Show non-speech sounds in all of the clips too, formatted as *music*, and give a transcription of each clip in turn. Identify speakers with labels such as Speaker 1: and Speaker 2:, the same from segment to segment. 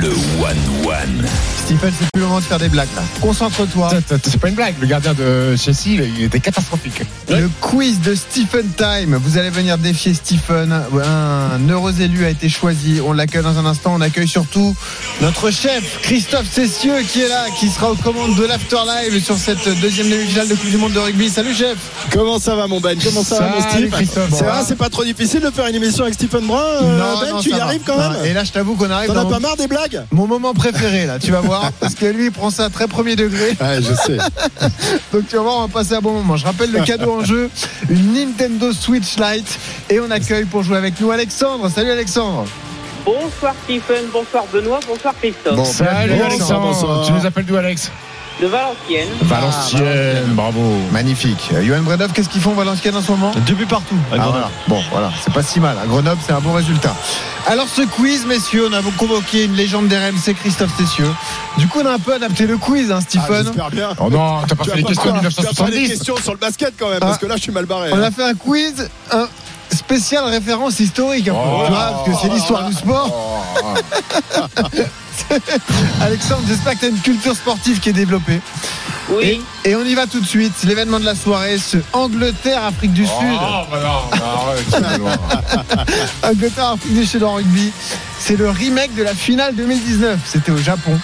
Speaker 1: le one-one.
Speaker 2: Stephen, c'est plus le moment de faire des blagues là. Concentre-toi.
Speaker 3: C'est pas une blague, le gardien de Chelsea, il était catastrophique.
Speaker 2: Le quiz de Stephen Time. Vous allez venir défier Stephen. Un heureux élu a été choisi. On l'accueille dans un instant. On accueille surtout notre chef, Christophe Cessieux, qui est là, qui sera aux commandes de l'Afterlive sur cette deuxième demi-finale de Coupe du Monde de rugby. Salut, chef.
Speaker 4: Comment ça va mon Ben Comment ça, va mon
Speaker 2: Salut,
Speaker 4: Steve
Speaker 2: Christophe.
Speaker 4: C'est
Speaker 2: Bon,
Speaker 4: vrai,
Speaker 2: hein.
Speaker 4: c'est pas trop difficile de faire une émission avec Stephen Brun euh, Ben, tu
Speaker 2: ça
Speaker 4: y
Speaker 2: va.
Speaker 4: arrives quand
Speaker 2: Non, Et
Speaker 4: même
Speaker 2: là, je t'avoue qu'on arrive
Speaker 4: T'en as
Speaker 2: dans
Speaker 4: pas marre des blagues
Speaker 2: mon moment préféré là. Tu vas voir. Parce que lui, il prend ça à très premier degré.
Speaker 4: Ouais, je sais.
Speaker 2: Donc tu vas voir, on va passer un bon moment. Je rappelle le cadeau en jeu, une Nintendo Switch Lite. Et on accueille pour jouer avec nous Alexandre. Salut Alexandre.
Speaker 5: Bonsoir Stephen, bonsoir Benoît, bonsoir Christophe.
Speaker 3: Salut
Speaker 2: bienvenue,
Speaker 3: Alexandre,
Speaker 4: bonsoir. Ah,
Speaker 3: tu nous appelles d'où Alex
Speaker 5: De Valenciennes,
Speaker 3: Valenciennes,
Speaker 4: bah,
Speaker 3: bravo.
Speaker 2: Magnifique. Euh, Johan Bredov, qu'est-ce qu'ils font Valenciennes en ce moment
Speaker 4: Deux buts partout.
Speaker 2: Ah, voilà. Bon, voilà, c'est pas si mal. À Grenoble, c'est un bon résultat. Alors, ce quiz, messieurs, on a convoqué une légende d'RMC, Christophe Cessieux. Du coup, on a un peu adapté le quiz, hein, Stephen.
Speaker 4: Ah, J'espère bien.
Speaker 3: Oh non, t'as pas
Speaker 4: Tu
Speaker 3: fait
Speaker 4: as
Speaker 3: les
Speaker 4: pas-
Speaker 3: questions de
Speaker 4: tu as pas des
Speaker 3: 1970
Speaker 4: questions sur le basket quand même, parce que là je suis mal barré.
Speaker 2: Ah. on
Speaker 4: hein.
Speaker 2: a fait un quiz, un spécial référence historique, un peu,
Speaker 3: Oh.
Speaker 2: tu vois, parce que c'est l'histoire du sport.
Speaker 3: *laughs* Oh,
Speaker 2: Alexandre, j'espère que tu as une culture sportive qui est développée.
Speaker 5: oui.
Speaker 2: Et on y va tout de suite. L'événement de la soirée, ce Angleterre-Afrique du Sud.
Speaker 3: Oh, bah non, bah arrête, c'est loin.
Speaker 2: Angleterre-Afrique du Sud en rugby. C'est le remake de la finale 2019. C'était au Japon.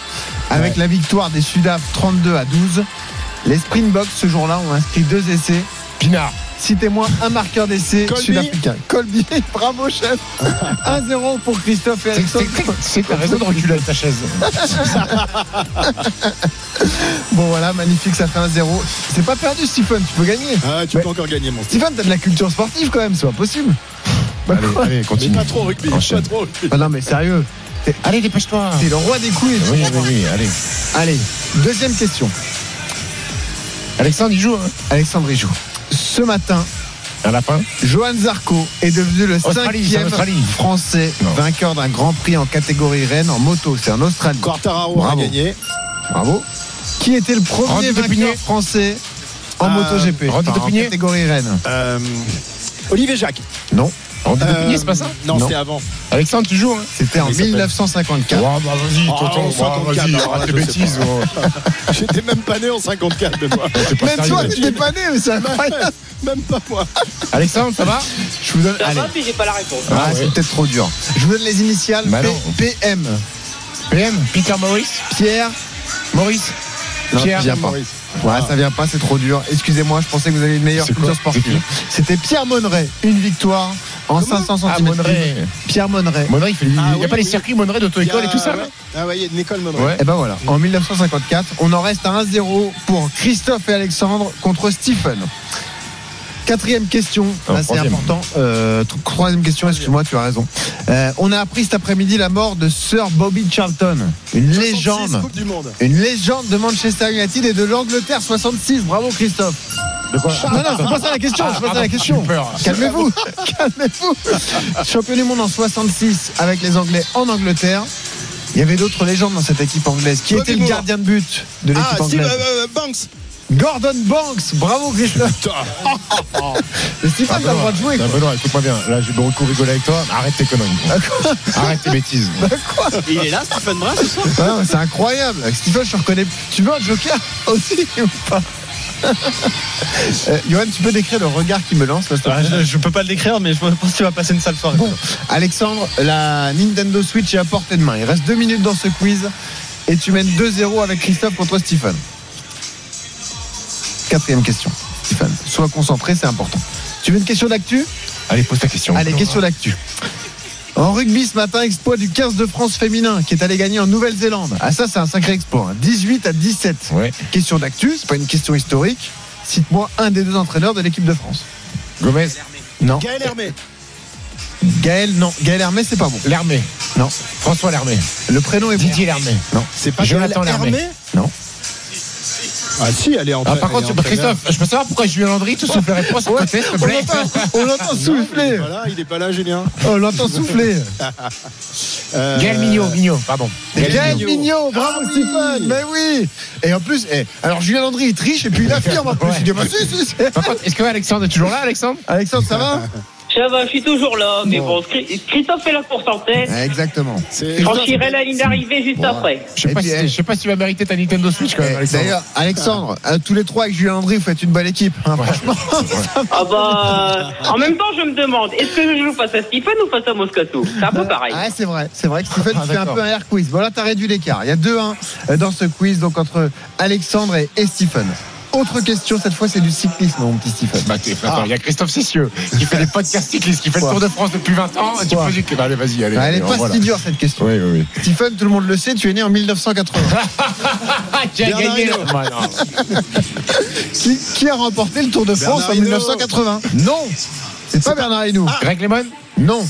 Speaker 2: Avec la victoire des Sudaf 32 à 12. Les Springboks, ce jour-là, ont inscrit deux essais.
Speaker 3: *laughs* Pinard,
Speaker 2: Citez-moi un marqueur d'essai
Speaker 4: Colby.
Speaker 2: sud-africain. Colby, *laughs* bravo
Speaker 3: *laughs*
Speaker 2: chef. 1-0 pour Christophe et
Speaker 3: c'est-
Speaker 2: Alexandre.
Speaker 3: c'est- c'est t'as raison de reculer avec ta chaise.
Speaker 4: Ah,
Speaker 2: Bon voilà, magnifique, ça fait 1-0. C'est pas perdu, Stephen, tu peux gagner.
Speaker 4: Ah, tu
Speaker 2: Ouais.
Speaker 4: peux encore gagner mon Steve.
Speaker 2: Stephen, t'as de la culture sportive quand même, c'est pas possible. Bah,
Speaker 3: Allez,
Speaker 2: quoi
Speaker 3: allez,
Speaker 4: Mais
Speaker 3: continue.
Speaker 4: pas trop au rugby, pas
Speaker 3: Enchaîne.
Speaker 4: trop au rugby.
Speaker 2: Ah non mais sérieux,
Speaker 3: Allez, dépêche-toi.
Speaker 2: t'es le roi des quiz.
Speaker 3: Oui, oui, oui, allez.
Speaker 2: Allez, deuxième question.
Speaker 3: Alexandre, il joue, hein
Speaker 2: Alexandre il joue. Ce matin,
Speaker 3: Un lapin
Speaker 2: Johan Zarco est devenu le
Speaker 3: Australie, c'est en
Speaker 2: cinquième
Speaker 3: Australie.
Speaker 2: français
Speaker 3: Non.
Speaker 2: vainqueur d'un Grand Prix en catégorie reine en moto. C'est un Australien.
Speaker 4: Quartararo a
Speaker 2: Bravo.
Speaker 4: gagné.
Speaker 2: Bravo. Qui était le premier
Speaker 3: Randy
Speaker 2: vainqueur
Speaker 3: Tépinier.
Speaker 2: français en
Speaker 4: Euh,
Speaker 2: MotoGP
Speaker 3: Randy
Speaker 2: Enfin, En
Speaker 3: Tépinier.
Speaker 2: catégorie reine.
Speaker 4: Euh, Olivier Jacques.
Speaker 2: Non,
Speaker 3: On dit
Speaker 4: Euh,
Speaker 3: Pigné, c'est pas ça
Speaker 4: Non,
Speaker 2: Non.
Speaker 4: c'était
Speaker 2: *laughs*
Speaker 4: avant.
Speaker 3: Alexandre, tu joues, hein
Speaker 2: c'était en
Speaker 4: Comment il s'appelle
Speaker 2: 1954.
Speaker 3: Oh, bah vas-y,
Speaker 4: Ah,
Speaker 3: tonton,
Speaker 4: on
Speaker 3: bah,
Speaker 4: s'en
Speaker 3: vas-y,
Speaker 4: calme,
Speaker 3: arrête
Speaker 4: hein, je
Speaker 3: tes
Speaker 4: sais
Speaker 3: bêtises. oh.
Speaker 4: J'étais même pas né en 54 de
Speaker 2: *laughs*
Speaker 4: moi.
Speaker 3: C'est pas
Speaker 2: Même
Speaker 3: sérieux.
Speaker 2: toi, tu t'es pas né, mais c'est incroyable.
Speaker 4: Même pas moi.
Speaker 2: Ah.
Speaker 3: Alexandre,
Speaker 4: *laughs*
Speaker 3: ça va
Speaker 2: Je vous donne.
Speaker 5: Ça
Speaker 2: Allez.
Speaker 5: va, puis j'ai pas la réponse.
Speaker 2: Ah,
Speaker 3: Ah, ouais.
Speaker 2: c'est peut-être trop dur. Je vous donne les initiales
Speaker 3: Bah
Speaker 2: P-
Speaker 3: non.
Speaker 2: PM.
Speaker 3: PM Peter Maurice
Speaker 2: Pierre.
Speaker 3: Maurice
Speaker 2: Non,
Speaker 3: Pierre
Speaker 2: vient pas.
Speaker 4: Maurice.
Speaker 2: Ouais, ça vient pas, c'est trop dur. Excusez-moi, je pensais que vous aviez une meilleure
Speaker 3: C'est quoi
Speaker 2: culture sportive. C'était Pierre Monneret, une victoire en 500 cm.
Speaker 3: Ah, Monneray.
Speaker 2: Pierre Monneret.
Speaker 3: Monneray, il fait- il y
Speaker 4: Ah
Speaker 3: a
Speaker 4: oui,
Speaker 3: pas les
Speaker 4: oui.
Speaker 3: circuits Monneray d'auto-école
Speaker 4: Il y
Speaker 3: et
Speaker 4: a-
Speaker 3: tout ça
Speaker 2: hein?
Speaker 3: là
Speaker 4: ouais. Ah ouais, il y a une école Monroe.
Speaker 3: Ouais.
Speaker 2: Et ben voilà, en 1954, on en reste à 1-0 pour Christophe et Alexandre contre Stephen. Quatrième question,
Speaker 3: Non,
Speaker 2: là c'est
Speaker 3: Ah, troisième.
Speaker 2: important. Euh, tro- troisième question, excuse-moi, tu as raison. Euh, on a appris cet après-midi la mort de Sir Bobby Charlton, une
Speaker 4: 66
Speaker 2: légende,
Speaker 4: Coupe du Monde.
Speaker 2: une légende de Manchester United et de l'Angleterre 66. Bravo Christophe.
Speaker 3: De quoi
Speaker 2: Non, non, c'est pas ça la question, c'est pas ça la question. Calmez-vous, *laughs* calmez-vous. Champion du monde en 66 avec les Anglais en Angleterre. Il y avait d'autres légendes dans cette équipe anglaise. Qui
Speaker 4: Bobby
Speaker 2: était le
Speaker 4: Moore.
Speaker 2: gardien de but de l'équipe
Speaker 4: Ah, Steve
Speaker 2: anglaise
Speaker 4: euh, euh, Banks.
Speaker 2: Gordon Banks. Bravo Christophe. Mais Stephen, Ah, t'as *laughs* le droit de jouer.
Speaker 3: Non,
Speaker 2: quoi. Ah,
Speaker 3: Benoît, écoute-moi bien. Là, j'ai beaucoup rigolé avec toi. Arrête tes conneries. Arrête
Speaker 2: *laughs*
Speaker 3: tes bêtises.
Speaker 4: Il est là, Stephen Brun, ce soir.
Speaker 2: Ah, C'est incroyable. Stephen, je te reconnais. Tu veux un joker *laughs* aussi ou pas *laughs* Euh, Johan, tu peux décrire le regard qui me lance là, s'il te plaît
Speaker 6: Ah, je peux pas le décrire, mais je pense que tu vas passer une sale soirée.
Speaker 2: Bon, Alexandre, la Nintendo Switch est à portée de main. Il reste deux minutes dans ce quiz et tu mènes 2-0 avec Christophe contre Stephen. Quatrième question, Stephen. Sois concentré, c'est important. Tu veux une question d'actu
Speaker 3: Allez, pose ta question.
Speaker 2: Allez, question d'actu. En rugby ce matin, exploit du 15 de France féminin qui est allé gagner en Nouvelle-Zélande. Ah ça, c'est un sacré exploit. hein. 18 à 17.
Speaker 3: Ouais.
Speaker 2: Question d'actu, c'est pas une question historique. Cite-moi un des deux entraîneurs de l'équipe de France.
Speaker 3: Gomez.
Speaker 2: Non.
Speaker 4: Gaël Hermé.
Speaker 2: Gaël, non. Gaël Hermé, c'est pas bon.
Speaker 3: L'Hermé.
Speaker 2: Non.
Speaker 3: François L'Hermé.
Speaker 2: Le prénom est bon.
Speaker 3: Didier L'Hermé.
Speaker 2: Non.
Speaker 3: C'est pas Jonathan L'Hermé.
Speaker 2: Non.
Speaker 4: Ah si, elle est en
Speaker 3: Ah,
Speaker 4: train-
Speaker 3: par
Speaker 4: elle
Speaker 3: contre,
Speaker 4: est en train-
Speaker 3: Christophe, je peux savoir pourquoi Julien Landry tout sauf les réponses à côté, s'il te
Speaker 2: On
Speaker 3: plaît
Speaker 2: l'entend, on
Speaker 3: *laughs*
Speaker 2: l'entend
Speaker 4: Non, il est
Speaker 2: souffler.
Speaker 4: pas là, il est pas là, Julien.
Speaker 2: Oh, On l'entend souffler.
Speaker 4: *laughs* Euh,
Speaker 3: Gaël Mignot, Mignot, pardon.
Speaker 2: Gaël
Speaker 4: Mignot.
Speaker 2: Mignot, bravo
Speaker 4: Ah oui.
Speaker 2: Stéphane. Mais oui. Et en plus, eh, alors Julien Landry il triche et puis il affirme en plus.
Speaker 3: Ouais.
Speaker 2: Il dit bah, si, si, si.
Speaker 3: Par contre, est-ce que Alexandre est toujours là, Alexandre
Speaker 2: *laughs* Alexandre, ça va
Speaker 5: Ça va, je suis toujours là, mais bon, Chris- Christophe fait la course en tête.
Speaker 2: Ouais, Exactement.
Speaker 4: c'est-
Speaker 5: Je franchirai la ligne d'arrivée juste
Speaker 2: Bon.
Speaker 5: après.
Speaker 3: Je sais
Speaker 2: Et
Speaker 3: pas
Speaker 2: puis,
Speaker 3: si-
Speaker 2: eh,
Speaker 3: je sais pas si tu vas mériter ta Nintendo Switch quand même,
Speaker 2: eh,
Speaker 3: Alexandre.
Speaker 2: D'ailleurs, Alexandre, euh, tous les trois avec Julien Landry, vous faites une belle équipe. hein, Franchement,
Speaker 5: Ah
Speaker 2: *laughs*
Speaker 5: bah, en même temps, je me demande, est-ce que je joue face à Stephen ou face à Moscato C'est un peu pareil.
Speaker 2: Ouais, c'est vrai. C'est vrai que Stephen,
Speaker 3: Ah,
Speaker 2: tu fais un
Speaker 3: d'accord.
Speaker 2: peu un air quiz. Bon, là, t'as réduit l'écart. Il y a 2-1 euh, dans ce quiz, donc entre Alexandre et, et Stephen. Autre question, cette fois, c'est du cyclisme, mon petit Stephen.
Speaker 3: Bah, t'es-
Speaker 2: Ah.
Speaker 3: attends, il y a Christophe Cessieux qui fait des podcasts cyclistes, qui fait le
Speaker 2: Ouais.
Speaker 3: Tour de France depuis 20 ans. Et tu
Speaker 2: Ouais.
Speaker 3: poses une- Bah, Allez, vas-y, allez.
Speaker 2: Ah, elle est
Speaker 3: allez,
Speaker 2: pas
Speaker 3: voilà.
Speaker 2: si dure, cette question.
Speaker 3: Oui, oui, oui.
Speaker 2: Stephen, tout le monde le sait, tu es né en 1980.
Speaker 3: Ah, tu as
Speaker 4: Bernard
Speaker 3: gagné.
Speaker 4: Hinault.
Speaker 3: Ouais, non.
Speaker 2: qui, qui a remporté le Tour de
Speaker 4: Bernard
Speaker 2: France en
Speaker 4: Hinault.
Speaker 2: 1980 Non C'est pas Bernard Hinault.
Speaker 3: Greg Lemon
Speaker 2: Non.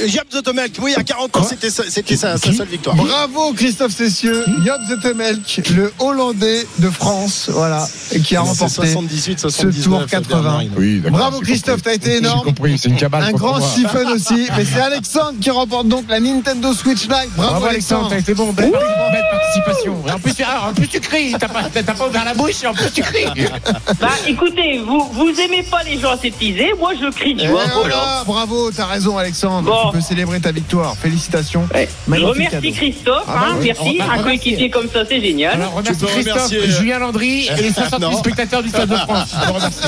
Speaker 4: Jaap Zotemelk, Euh, oui, à 40 ans, c'était sa, c'était sa, sa seule victoire.
Speaker 2: Bravo Christophe Cessieux, Job Zetemelk, le Hollandais de France, voilà, et qui a
Speaker 4: Non, c'est
Speaker 2: remporté
Speaker 4: 78,
Speaker 2: ce Tour
Speaker 4: 79, Bernard
Speaker 2: 80.
Speaker 4: Hinault.
Speaker 3: Oui, d'accord.
Speaker 2: Bravo
Speaker 3: j'ai
Speaker 2: Christophe, t'as
Speaker 3: compris.
Speaker 2: été
Speaker 3: J'ai
Speaker 2: énorme.
Speaker 3: compris, c'est une cabale.
Speaker 2: Un
Speaker 3: contre
Speaker 2: grand
Speaker 3: moi.
Speaker 2: siphon aussi, mais c'est Alexandre qui remporte donc la Nintendo Switch Lite. Bravo,
Speaker 3: Bravo
Speaker 2: Alexandre.
Speaker 3: Alexandre, t'as été bon, belle, belle participation. Et en plus, tu- ah, en plus tu cries, t'as pas, t'as pas ouvert la bouche et en plus tu cries.
Speaker 5: Bah écoutez, vous vous aimez pas les gens aseptisés, moi je crie
Speaker 2: Et
Speaker 5: du haut, voilà.
Speaker 2: Eh ben voilà, bravo, t'as raison Alexandre.
Speaker 5: Bon.
Speaker 2: Tu peux célébrer ta victoire. Félicitations.
Speaker 5: Ouais. Je
Speaker 2: Magnifique
Speaker 5: remercie
Speaker 2: cadeau.
Speaker 5: Christophe,
Speaker 2: Ah bah
Speaker 5: hein,
Speaker 2: oui,
Speaker 3: on
Speaker 5: merci,
Speaker 3: va
Speaker 5: un
Speaker 3: remercier.
Speaker 5: coéquipier comme ça c'est génial.
Speaker 3: Alors remercie
Speaker 4: peux
Speaker 3: Christophe,
Speaker 4: remercier, euh,
Speaker 3: Julien Landry et les 60 000
Speaker 4: Non.
Speaker 3: spectateurs du Stade de France. Je vous remercie.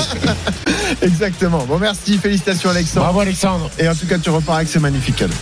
Speaker 2: Exactement. Bon, merci, félicitations Alexandre.
Speaker 3: Bravo Alexandre.
Speaker 2: Et en tout cas, tu repars avec ce magnifique cadeau.